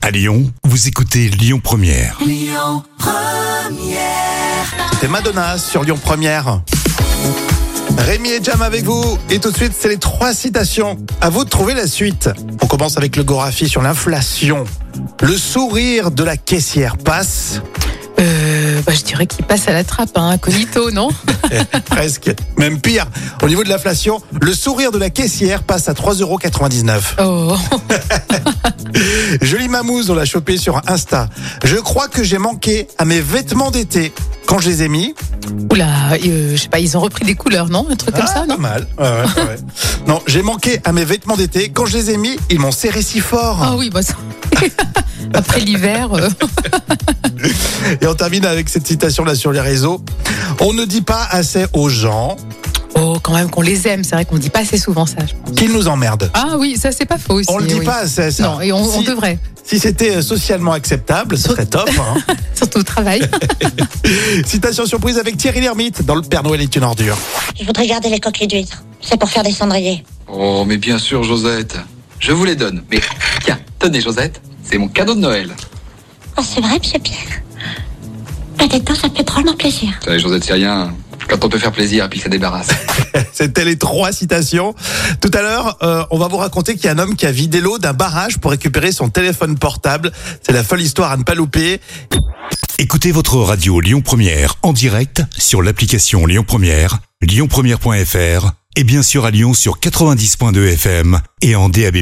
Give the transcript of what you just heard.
À Lyon, vous écoutez Lyon Première. C'était Madonna sur Lyon Première. Rémi et Jam avec vous. Et tout de suite, c'est les trois citations. À vous de trouver la suite. On commence avec le Gorafi sur l'inflation. Le sourire de la caissière passe Euh, bah, je dirais qu'il passe à la trappe, hein, incognito, non presque, même pire. Au niveau de l'inflation, le sourire de la caissière passe à 3,99€. Oh, Jolie Mamouze, on l'a chopé sur Insta. Je crois que j'ai manqué à mes vêtements d'été quand je les ai mis. oula, euh, je sais pas, ils ont repris des couleurs, non Un truc comme Ah, ça, pas non mal. Ouais, ouais, ouais. non, j'ai manqué à mes vêtements d'été quand je les ai mis. Ils m'ont serré si fort. Ah oui, bah ça. Après l'hiver, euh, Et on termine avec cette citation-là sur les réseaux. On ne dit pas assez aux gens oh, quand même qu'on les aime, c'est vrai qu'on dit pas assez souvent ça. je pense. qu'ils nous emmerdent. Ah oui, ça c'est pas faux aussi. On le dit oui. pas assez, ça. Non, et on, on Si- devrait, Si c'était euh, socialement acceptable, ce serait top. hein. surtout au travail. Citation surprise avec Thierry Lhermitte dans Le Père Noël est une ordure. Je voudrais garder les coquilles d'huîtres. C'est pour faire des cendriers. Oh, mais bien sûr, Josette. Je vous les donne. Mais tiens, tenez, Josette. C'est mon cadeau de Noël. Ah, c'est vrai, monsieur Pierre. Peut-être ça fait drôlement plaisir. Vous savez, Josette, c'est rien. Quand on peut faire plaisir et puis que ça débarrasse. C'était les trois citations. Tout à l'heure, euh, on va vous raconter qu'il y a un homme qui a vidé l'eau d'un barrage pour récupérer son téléphone portable. C'est la folle histoire à ne pas louper. Écoutez votre radio Lyon Première en direct sur l'application Lyon Première, lyonpremière.fr et bien sûr à Lyon sur 90.2 FM et en DAB+.